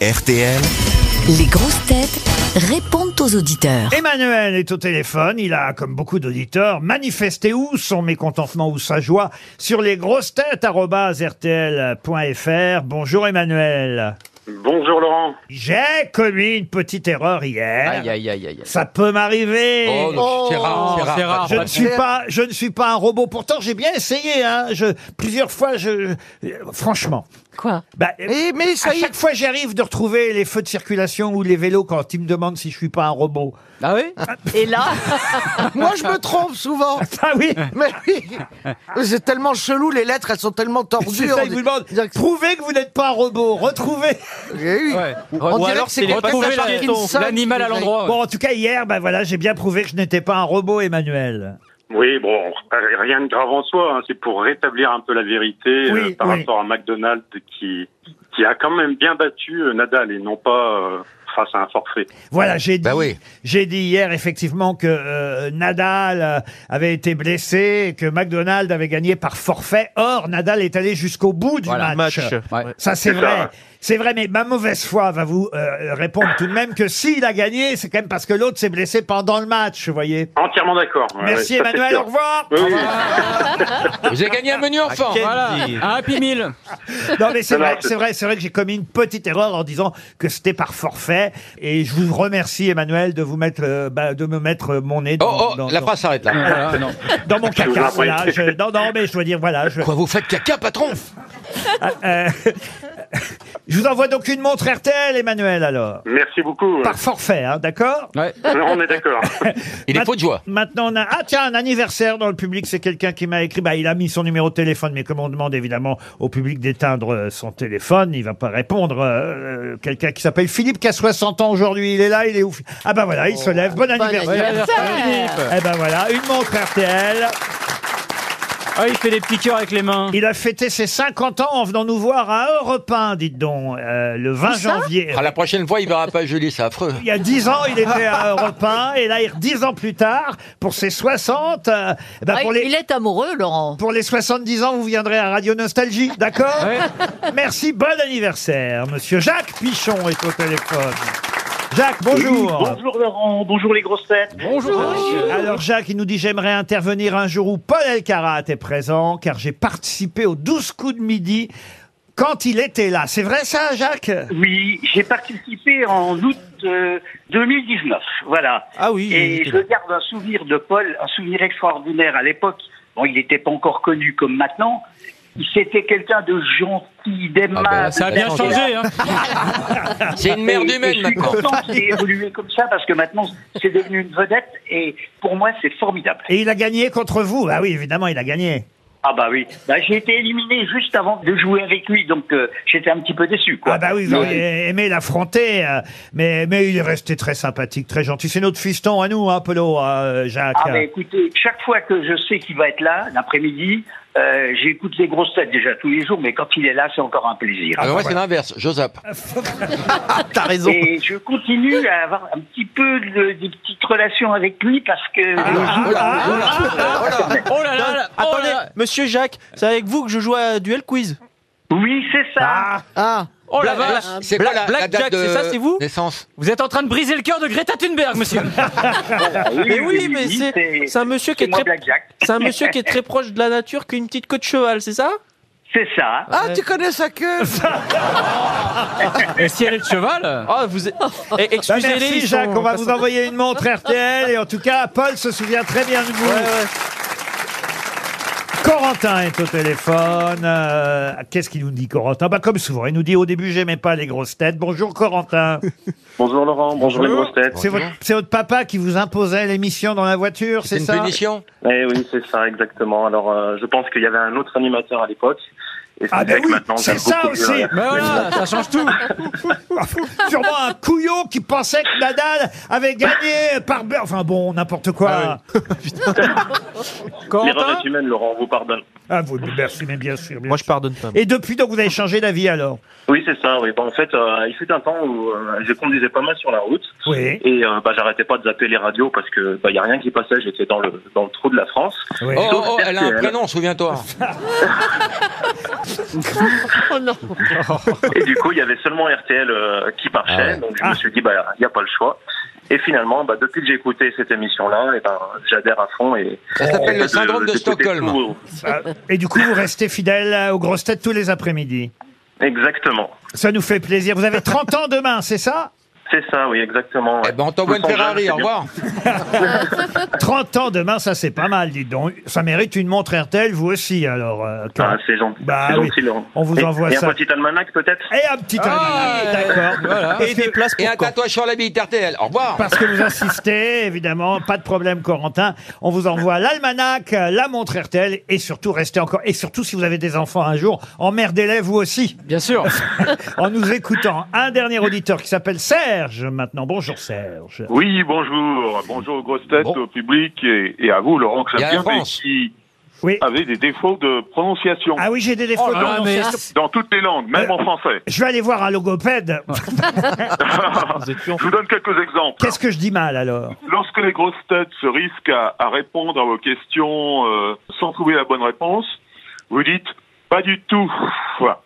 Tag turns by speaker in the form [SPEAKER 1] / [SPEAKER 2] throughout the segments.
[SPEAKER 1] RTL.
[SPEAKER 2] Les grosses têtes répondent aux auditeurs.
[SPEAKER 3] Emmanuel est au téléphone. Il a, comme beaucoup d'auditeurs, manifesté ou son mécontentement ou sa joie sur lesgrossetêtes.rtl.fr. Bonjour Emmanuel.
[SPEAKER 4] Bonjour Laurent.
[SPEAKER 3] J'ai commis une petite erreur hier.
[SPEAKER 5] Aïe, aïe, aïe, aïe.
[SPEAKER 3] Ça peut m'arriver.
[SPEAKER 5] Oh, non, c'est rare, c'est rare.
[SPEAKER 6] c'est rare.
[SPEAKER 3] Je ne suis pas, je ne suis pas un robot. Pourtant, j'ai bien essayé. Hein. Je, plusieurs fois, je, je- franchement.
[SPEAKER 2] Quoi
[SPEAKER 3] Bah, mais à chaque fois, j'arrive de retrouver les feux de circulation ou les vélos quand ils me demandent si je suis pas un robot.
[SPEAKER 5] Ah oui
[SPEAKER 2] Et là,
[SPEAKER 7] Moi, je me trompe souvent.
[SPEAKER 3] Ah oui.
[SPEAKER 7] Mais oui, c'est tellement chelou, les lettres, elles sont tellement
[SPEAKER 3] C'est
[SPEAKER 7] tordues.
[SPEAKER 3] ça,
[SPEAKER 7] on
[SPEAKER 3] ils
[SPEAKER 7] dit-
[SPEAKER 3] vous demandent. Prouvez que vous n'êtes pas un robot. Retrouvez.
[SPEAKER 7] Eh Oui, oui. On
[SPEAKER 6] Ou
[SPEAKER 7] dirait
[SPEAKER 6] alors
[SPEAKER 7] que
[SPEAKER 6] c'est
[SPEAKER 7] c'est quand
[SPEAKER 6] retrouver
[SPEAKER 7] Sacha
[SPEAKER 6] la-
[SPEAKER 7] Parkinson
[SPEAKER 6] l'animal à
[SPEAKER 7] qui les a-
[SPEAKER 6] l'endroit. ouais.
[SPEAKER 3] Bon, en tout cas, hier, bah voilà, j'ai bien prouvé que je n'étais pas un robot, Emmanuel.
[SPEAKER 4] Oui, bon, rien de grave en soi, hein, c'est pour rétablir un peu la vérité
[SPEAKER 3] Oui,
[SPEAKER 4] euh, par
[SPEAKER 3] oui.
[SPEAKER 4] rapport à McDonald's qui, qui a quand même bien battu euh, Nadal et non pas euh, face à un forfait.
[SPEAKER 3] Voilà, j'ai dit,
[SPEAKER 1] Bah oui.
[SPEAKER 3] j'ai dit hier effectivement que euh, Nadal euh, avait été blessé, et que McDonald avait gagné par forfait. Or, Nadal est allé jusqu'au bout du
[SPEAKER 5] Voilà,
[SPEAKER 3] match.
[SPEAKER 5] Ouais.
[SPEAKER 3] Ça, c'est
[SPEAKER 4] C'est ça.
[SPEAKER 3] vrai. C'est vrai, mais ma mauvaise foi va vous euh, répondre tout de même que s'il a gagné, c'est quand même parce que l'autre s'est blessé pendant le match, vous voyez.
[SPEAKER 4] Entièrement d'accord. Ouais,
[SPEAKER 3] Merci
[SPEAKER 4] ouais, ça, c'est
[SPEAKER 3] Emmanuel,
[SPEAKER 4] sûr.
[SPEAKER 3] au revoir.
[SPEAKER 4] Oui, oui.
[SPEAKER 6] Vous avez gagné un menu enfant. Voilà. Un Happy Meal.
[SPEAKER 3] Non mais c'est
[SPEAKER 4] Non, non,
[SPEAKER 3] vrai,
[SPEAKER 4] c'est-
[SPEAKER 3] c'est vrai, c'est vrai que j'ai commis une petite erreur en disant que c'était par forfait et je vous remercie Emmanuel de vous mettre, euh, bah, de me mettre euh, mon nez dans,
[SPEAKER 8] Oh, oh,
[SPEAKER 3] dans-
[SPEAKER 8] la
[SPEAKER 3] dans-
[SPEAKER 8] phrase s'arrête là.
[SPEAKER 6] Voilà, non.
[SPEAKER 3] dans mon
[SPEAKER 4] Je vous
[SPEAKER 3] caca.
[SPEAKER 4] en prie.
[SPEAKER 3] voilà, je- non non mais je dois dire voilà, je,
[SPEAKER 8] Quoi, vous faites caca, patron
[SPEAKER 3] euh, je vous envoie donc une montre RTL Emmanuel alors.
[SPEAKER 4] Merci beaucoup.
[SPEAKER 3] Par forfait, hein, d'accord
[SPEAKER 6] Ouais.
[SPEAKER 4] On est d'accord.
[SPEAKER 8] Il
[SPEAKER 3] Mat-
[SPEAKER 8] est faux de joie.
[SPEAKER 3] Maintenant, on a... Ah tiens, un anniversaire dans le public, c'est quelqu'un qui m'a écrit. Bah, il a mis son numéro de téléphone, mais comme on demande évidemment au public d'éteindre euh, son téléphone, il va pas répondre. euh, euh, quelqu'un qui s'appelle Philippe qui a 60 ans aujourd'hui, il est là, il est ouf. Ah bah voilà, il se lève. Bon, anniversaire. Eh ben voilà, une montre RTL.
[SPEAKER 6] Ah, il fait des petits cœurs avec les mains.
[SPEAKER 3] Il a fêté ses 50 ans en venant nous voir à Europe 1, dites donc, euh, le 20 janvier.
[SPEAKER 8] Ah, la prochaine fois, il verra pas Julie, c'est affreux.
[SPEAKER 3] Il y a 10 ans, il était à Europe 1, et là, il- 10 ans plus tard, pour ses 60, euh, bah,
[SPEAKER 2] Ah,
[SPEAKER 3] pour les...
[SPEAKER 2] il est amoureux, Laurent.
[SPEAKER 3] Pour les 70 ans, vous viendrez à Radio Nostalgie, d'accord
[SPEAKER 6] Ouais.
[SPEAKER 3] Merci, bon anniversaire. Monsieur Jacques Pichon est au téléphone. Jacques, bonjour.
[SPEAKER 9] Bonjour Laurent, bonjour les grosses têtes.
[SPEAKER 6] Bonjour.
[SPEAKER 3] Alors Jacques, il nous dit j'aimerais intervenir un jour où Paul Elkarat est présent, car j'ai participé aux 12 coups de midi quand il était là. C'est vrai ça, Jacques
[SPEAKER 9] Oui, j'ai participé en août euh, 2019, voilà.
[SPEAKER 3] Ah oui, il
[SPEAKER 9] Et
[SPEAKER 3] était
[SPEAKER 9] je garde un souvenir de Paul, un souvenir extraordinaire à l'époque. Bon, il n'était pas encore connu comme maintenant. C'était quelqu'un de gentil, d'aimable.
[SPEAKER 8] Ah ben,
[SPEAKER 6] Ça a bien changé. Hein.
[SPEAKER 8] C'est une merde humaine maintenant.
[SPEAKER 9] Je suis content qu'il ait évolué comme ça parce que maintenant c'est devenu une vedette et pour moi c'est formidable.
[SPEAKER 3] Et il a gagné contre vous. Ah oui, évidemment, il a gagné.
[SPEAKER 9] Ah bah oui, bah, j'ai été éliminé juste avant de jouer avec lui donc euh, j'étais un petit peu déçu quoi.
[SPEAKER 3] Ah bah oui, vous
[SPEAKER 9] Mais-
[SPEAKER 3] auriez aimé l'affronter, euh, mais, mais il est resté très sympathique, très gentil. C'est notre fiston à nous, hein, Polo, hein, Jacques.
[SPEAKER 9] Ah bah écoutez, chaque fois que je sais qu'il va être là, l'après-midi, euh, j'écoute les grosses têtes déjà tous les jours, mais quand il est là, c'est encore un plaisir.
[SPEAKER 8] Alors Ah, moi, c'est l'inverse, Josap.
[SPEAKER 7] T'as raison.
[SPEAKER 9] Et je continue à avoir un petit peu de, des petites relations avec lui parce que
[SPEAKER 7] Ah.
[SPEAKER 6] Oh là là. là, oh là là.
[SPEAKER 7] monsieur Jacques, c'est avec vous que je joue à Duel Quiz.
[SPEAKER 9] oui, c'est ça.
[SPEAKER 7] Ah,
[SPEAKER 6] Oh la vache.
[SPEAKER 8] C'est quoi la, la
[SPEAKER 6] Black
[SPEAKER 8] date
[SPEAKER 6] Jack,
[SPEAKER 8] de
[SPEAKER 6] c'est ça, c'est vous
[SPEAKER 8] naissance
[SPEAKER 6] Vous êtes en train de briser le cœur de Greta Thunberg, monsieur.
[SPEAKER 9] Ah
[SPEAKER 7] mais oui, mais c'est c'est un monsieur qui est
[SPEAKER 9] moi,
[SPEAKER 7] très
[SPEAKER 9] Blackjack.
[SPEAKER 7] c'est un monsieur qui est très proche de la nature qu'une petite queue de cheval, c'est ça
[SPEAKER 9] C'est ça.
[SPEAKER 7] Ah, tu connais sa queue
[SPEAKER 6] Et si elle est de cheval
[SPEAKER 7] Ah, vous Eh,
[SPEAKER 3] Bah,
[SPEAKER 7] excusez-les.
[SPEAKER 3] merci
[SPEAKER 7] ils
[SPEAKER 3] Jacques,
[SPEAKER 7] sont-
[SPEAKER 3] on va vous envoyer une montre RTL et en tout cas Paul se souvient très bien de vous.
[SPEAKER 7] Ouais, ouais.
[SPEAKER 3] Corentin est au téléphone. Euh, Qu'est-ce qu'il nous dit Corentin Bah comme souvent, il nous dit au début j'aimais pas les grosses têtes. Bonjour Corentin.
[SPEAKER 4] Bonjour Laurent, bonjour, les grosses têtes.
[SPEAKER 3] C'est votre, c'est votre papa qui vous imposait l'émission dans la voiture,
[SPEAKER 8] C'est
[SPEAKER 3] c'est
[SPEAKER 8] une
[SPEAKER 3] ça
[SPEAKER 8] punition
[SPEAKER 4] Eh oui, c'est ça, exactement. Alors, euh, je pense qu'il y avait un autre animateur à l'époque. Et c'est
[SPEAKER 3] Ah ben
[SPEAKER 4] vrai que
[SPEAKER 3] oui,
[SPEAKER 4] maintenant, hein.
[SPEAKER 3] c'est
[SPEAKER 4] j'aime
[SPEAKER 3] ça
[SPEAKER 4] beaucoup euh,
[SPEAKER 3] aussi.
[SPEAKER 4] mieux.
[SPEAKER 6] Mais voilà, ça change tout.
[SPEAKER 3] Sûrement un couillon qui pensait que Nadal avait gagné par beurre. Enfin bon, n'importe quoi. Ah,
[SPEAKER 4] L'erreur
[SPEAKER 6] Corentin
[SPEAKER 4] est humaine, Laurent, on vous pardonne.
[SPEAKER 3] Ah, vous merci, mais bien sûr. bien
[SPEAKER 7] Moi,
[SPEAKER 3] sûr.
[SPEAKER 7] je pardonne pas.
[SPEAKER 3] Et depuis donc vous avez changé d'avis alors
[SPEAKER 4] Oui, c'est ça. Oui. Bah, en fait, euh, il fut un temps où euh, je conduisais pas mal sur la route
[SPEAKER 3] Oui.
[SPEAKER 4] et euh, bah, j'arrêtais pas de zapper les radios parce que bah, y a rien qui passait. J'étais dans le dans le trou de la France.
[SPEAKER 3] oui.
[SPEAKER 8] oh, oh, oh, elle a un prénom, souviens-toi.
[SPEAKER 4] Et du coup, il y avait seulement RTL euh, qui marchait,
[SPEAKER 8] Ah ouais.
[SPEAKER 4] donc je me suis dit, bah, il n'y a pas le choix. Et finalement, bah, depuis que j'ai écouté cette émission-là, et ben, j'adhère à fond. Et,
[SPEAKER 8] Ça s'appelle
[SPEAKER 4] et
[SPEAKER 8] le syndrome de
[SPEAKER 4] d'écouter
[SPEAKER 8] Stockholm.
[SPEAKER 4] tout.
[SPEAKER 3] Ah, Et du coup, vous restez fidèle euh, aux grosses têtes tous les après-midi.
[SPEAKER 4] Exactement.
[SPEAKER 3] Ça nous fait plaisir. Vous avez 30 ans demain, c'est ça
[SPEAKER 4] C'est ça, oui, exactement. ouais.
[SPEAKER 8] Eh ben, on t'envoie
[SPEAKER 4] Ils
[SPEAKER 8] une
[SPEAKER 4] sont jeunes,
[SPEAKER 8] Ferrari,
[SPEAKER 4] c'est
[SPEAKER 8] au
[SPEAKER 4] bien.
[SPEAKER 8] revoir.
[SPEAKER 3] 30 ans demain, ça c'est pas mal, dites donc. Ça mérite une montre RTL, vous aussi, alors. euh,
[SPEAKER 4] Ah,
[SPEAKER 3] Karl.
[SPEAKER 4] c'est gentil.
[SPEAKER 3] Bah
[SPEAKER 4] c'est
[SPEAKER 3] oui.
[SPEAKER 4] gentil, Laurent.
[SPEAKER 3] On vous
[SPEAKER 4] Et-
[SPEAKER 3] envoie
[SPEAKER 4] et
[SPEAKER 3] ça.
[SPEAKER 4] un petit almanach, peut-être
[SPEAKER 3] Et un petit
[SPEAKER 6] Ah,
[SPEAKER 3] almanach, d'accord.
[SPEAKER 6] voilà.
[SPEAKER 3] Parce que-
[SPEAKER 8] Et un tatouage sur la bille RTL, au revoir.
[SPEAKER 3] Parce que vous insistez, évidemment, pas de problème, Corentin. On vous envoie l'almanach, euh, la montre RTL, et surtout, restez encore. Et surtout, si vous avez des enfants un jour, emmerdez-les vous aussi,
[SPEAKER 6] Bien sûr.
[SPEAKER 3] en nous écoutant. Un dernier auditeur qui s'appelle Serge, maintenant. Bonjour, Serge.
[SPEAKER 1] Oui, bonjour. Bonjour aux grosses têtes,
[SPEAKER 8] Bon.
[SPEAKER 1] au public et, et à vous, Laurent
[SPEAKER 8] Et à la
[SPEAKER 1] Xavier, mais
[SPEAKER 8] France.
[SPEAKER 1] qui
[SPEAKER 3] Oui.
[SPEAKER 1] avez des défauts de prononciation
[SPEAKER 3] Ah oui, j'ai des défauts.
[SPEAKER 6] Oh là
[SPEAKER 3] de
[SPEAKER 6] là,
[SPEAKER 3] prononciation.
[SPEAKER 1] dans toutes les langues, même
[SPEAKER 3] Ah. Euh.
[SPEAKER 1] en français.
[SPEAKER 3] Je vais aller voir un logopède.
[SPEAKER 1] Je vous donne quelques exemples.
[SPEAKER 3] Qu'est-ce que je dis mal, alors
[SPEAKER 1] Lorsque les grosses têtes se risquent à, à répondre à vos questions euh, sans trouver la bonne réponse, vous dites pas du tout. Voilà.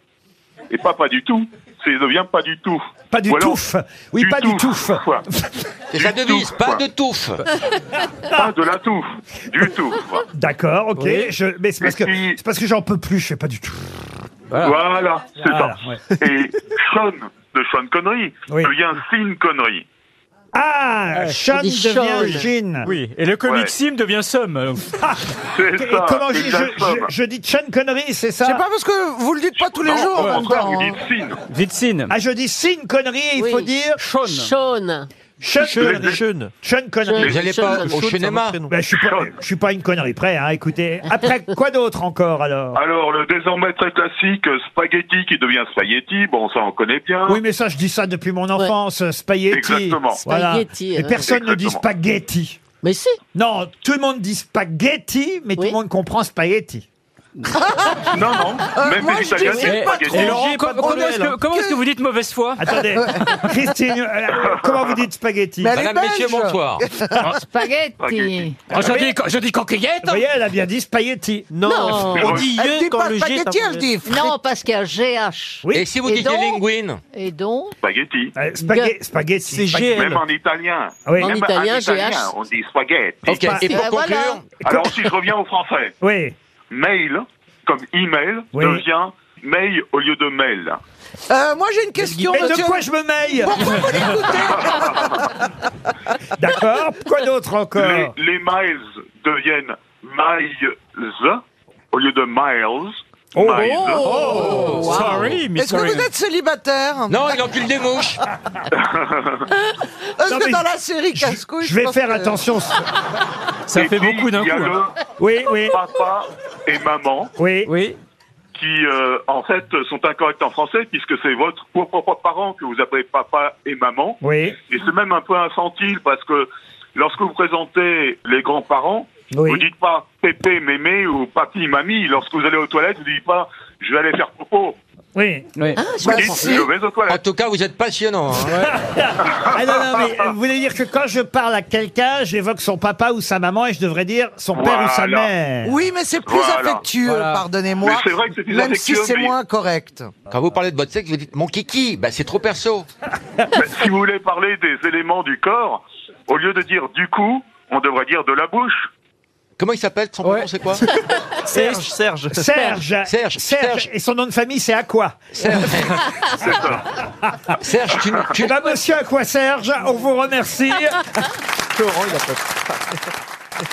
[SPEAKER 1] Et pas pas du tout, c'est devient pas du tout.
[SPEAKER 3] Pas du
[SPEAKER 1] Ou alors,
[SPEAKER 3] touf. Oui, pas du touf.
[SPEAKER 1] Voilà.
[SPEAKER 8] C'est sa devise,
[SPEAKER 1] touffe,
[SPEAKER 8] pas
[SPEAKER 1] quoi.
[SPEAKER 8] de touffe.
[SPEAKER 1] Pas de la touffe, du tout. Voilà.
[SPEAKER 3] D'accord, ok.
[SPEAKER 6] Oui.
[SPEAKER 3] Je, mais c'est parce que,
[SPEAKER 1] Et puis-
[SPEAKER 3] c'est parce que j'en peux plus, je fais pas du tout.
[SPEAKER 1] Voilà, c'est
[SPEAKER 3] Voilà,
[SPEAKER 1] ça. Et Sean, de Sean Connery,
[SPEAKER 3] Oui.
[SPEAKER 1] devient Sean Connery.
[SPEAKER 3] Ah, Sean
[SPEAKER 10] dit Sean.
[SPEAKER 3] devient Jean.
[SPEAKER 10] Oui, et le comic
[SPEAKER 1] Ouais.
[SPEAKER 10] Sim devient Somme.
[SPEAKER 1] C'est
[SPEAKER 3] Et
[SPEAKER 1] ça.
[SPEAKER 3] comment je,
[SPEAKER 1] et
[SPEAKER 3] dis- je,
[SPEAKER 1] Jack Somme.
[SPEAKER 3] je- je dis Sean Connery, c'est ça
[SPEAKER 7] C'est pas parce que vous le dites pas tous les
[SPEAKER 1] Non,
[SPEAKER 7] jours.
[SPEAKER 1] au
[SPEAKER 7] en même
[SPEAKER 1] contraire,
[SPEAKER 7] temps,
[SPEAKER 1] vous
[SPEAKER 7] hein.
[SPEAKER 1] dites Sean.
[SPEAKER 10] Vitsin.
[SPEAKER 3] Ah, je dis Sean Connery, il
[SPEAKER 10] Oui.
[SPEAKER 3] faut dire
[SPEAKER 10] Sean.
[SPEAKER 5] Sean.
[SPEAKER 3] Sean, Connery.
[SPEAKER 10] Sean.
[SPEAKER 3] Sean Connery.
[SPEAKER 8] Vous n'allez pas au cinéma
[SPEAKER 3] Ben, je, suis pas, je suis pas une connerie près, hein, écoutez. Après, quoi d'autre encore, alors
[SPEAKER 1] Alors, le désormais très classique euh, spaghetti qui devient spaghetti, bon, ça on connaît bien.
[SPEAKER 3] Oui, mais ça, je dis ça depuis mon enfance, euh, spaghetti.
[SPEAKER 1] Ah. Exactement.
[SPEAKER 3] Voilà.
[SPEAKER 5] Spaghetti,
[SPEAKER 3] Et
[SPEAKER 5] ouais.
[SPEAKER 3] personne ne dit
[SPEAKER 1] Exactement.
[SPEAKER 3] spaghetti.
[SPEAKER 5] Mais si.
[SPEAKER 3] Non, tout le monde dit spaghetti, mais tout
[SPEAKER 5] Oui.
[SPEAKER 3] le monde comprend spaghetti.
[SPEAKER 1] Non, non, même
[SPEAKER 7] Euh, moi,
[SPEAKER 1] les
[SPEAKER 7] je
[SPEAKER 1] Italiens,
[SPEAKER 7] disais
[SPEAKER 1] c'est
[SPEAKER 10] Et,
[SPEAKER 1] spaghetti.
[SPEAKER 10] et Laurent, co- comment est-ce que, comment est-ce que vous dites mauvaise foi
[SPEAKER 3] Attendez, Christine, euh, comment vous dites spaghetti
[SPEAKER 7] Mais elle est
[SPEAKER 8] Madame,
[SPEAKER 7] belge.
[SPEAKER 8] messieurs, bonsoir.
[SPEAKER 1] Spaghetti.
[SPEAKER 10] Oh, Je dis, je dis coquillette
[SPEAKER 3] Vous voyez, elle a bien dit spaghetti.
[SPEAKER 10] Non,
[SPEAKER 1] on
[SPEAKER 10] dit
[SPEAKER 7] Elle dit pas spaghetti, elle dit.
[SPEAKER 10] Non,
[SPEAKER 5] parce qu'il y a GH.
[SPEAKER 3] Oui.
[SPEAKER 8] Et si vous
[SPEAKER 5] Et
[SPEAKER 8] dites
[SPEAKER 5] donc
[SPEAKER 8] linguine
[SPEAKER 5] Et donc
[SPEAKER 1] Spaghetti.
[SPEAKER 3] Euh, spaghe- spaghetti. spaghetti.
[SPEAKER 1] Même en italien.
[SPEAKER 10] Ah
[SPEAKER 3] Oui.
[SPEAKER 5] En
[SPEAKER 1] Même
[SPEAKER 5] italien, GH.
[SPEAKER 1] on dit spaghetti.
[SPEAKER 8] Ok,
[SPEAKER 3] pas-
[SPEAKER 8] et pour
[SPEAKER 5] Ah, voilà.
[SPEAKER 8] conclure,
[SPEAKER 1] Alors, si je reviens au français,
[SPEAKER 3] Oui.
[SPEAKER 1] mail, comme email,
[SPEAKER 3] Oui.
[SPEAKER 1] devient mail au lieu de
[SPEAKER 10] Ah.
[SPEAKER 1] mail.
[SPEAKER 7] Euh, moi, j'ai une question,
[SPEAKER 3] Et de
[SPEAKER 7] monsieur.
[SPEAKER 3] quoi je me mêle
[SPEAKER 7] Pourquoi vous l'écoutez
[SPEAKER 3] D'accord. Quoi d'autre
[SPEAKER 1] les,
[SPEAKER 3] encore
[SPEAKER 1] les miles deviennent miles au lieu de miles.
[SPEAKER 3] Oh,
[SPEAKER 1] miles.
[SPEAKER 10] Sorry, mais
[SPEAKER 7] Est-ce que
[SPEAKER 10] sorry.
[SPEAKER 7] vous êtes célibataire
[SPEAKER 8] non, il encule des mouches.
[SPEAKER 7] Est-ce
[SPEAKER 3] Non,
[SPEAKER 7] que
[SPEAKER 3] mais
[SPEAKER 7] dans
[SPEAKER 3] je-
[SPEAKER 7] la série Casse-Couille.
[SPEAKER 3] Je vais
[SPEAKER 7] pense
[SPEAKER 3] faire
[SPEAKER 7] que-
[SPEAKER 3] attention.
[SPEAKER 10] Ça
[SPEAKER 1] Et
[SPEAKER 10] fait
[SPEAKER 1] puis,
[SPEAKER 10] beaucoup d'un
[SPEAKER 1] Il y a
[SPEAKER 10] coup. hein.
[SPEAKER 1] le
[SPEAKER 3] Oui, oui,
[SPEAKER 1] papa et maman
[SPEAKER 3] oui.
[SPEAKER 10] Oui.
[SPEAKER 1] qui, euh, en fait, sont incorrects en français puisque c'est votre propre parent que vous appelez papa et maman.
[SPEAKER 3] Oui,
[SPEAKER 1] Et c'est même un peu infantile parce que lorsque vous présentez les grands-parents, vous
[SPEAKER 3] oui.
[SPEAKER 1] dites pas pépé, mémé ou papi, mamie. Lorsque vous allez aux toilettes, vous dites pas je vais aller faire popo.
[SPEAKER 3] Oui.
[SPEAKER 10] oui.
[SPEAKER 7] Bah,
[SPEAKER 1] Vous dites je vais aux
[SPEAKER 8] En
[SPEAKER 1] toilettes.
[SPEAKER 8] tout cas, vous êtes passionnant. hein.
[SPEAKER 3] Ah non, non, mais euh, vous voulez dire que quand je parle à quelqu'un, j'évoque son papa ou sa maman et je devrais dire son père ou sa
[SPEAKER 1] Voilà.
[SPEAKER 3] mère.
[SPEAKER 7] Oui, mais c'est plus
[SPEAKER 1] Voilà.
[SPEAKER 7] affectueux,
[SPEAKER 10] Voilà.
[SPEAKER 1] Mais
[SPEAKER 7] pardonnez-moi.
[SPEAKER 1] c'est vrai que c'est plus
[SPEAKER 7] Même si
[SPEAKER 1] affectueux,
[SPEAKER 7] c'est
[SPEAKER 1] mais-
[SPEAKER 7] moins correct.
[SPEAKER 8] Quand vous parlez de votre sexe, vous dites mon kiki, bah c'est trop perso.
[SPEAKER 1] Si vous voulez parler des éléments du corps, au lieu de dire du cou, on devrait dire de la bouche.
[SPEAKER 8] Comment il s'appelle Son prénom, c'est quoi
[SPEAKER 10] Serge, Serge.
[SPEAKER 3] Serge.
[SPEAKER 8] Serge, Serge.
[SPEAKER 3] Et son nom de famille, c'est à quoi
[SPEAKER 8] Serge. Serge, tu, tu
[SPEAKER 3] Eh ben, monsieur à quoi Serge On vous remercie.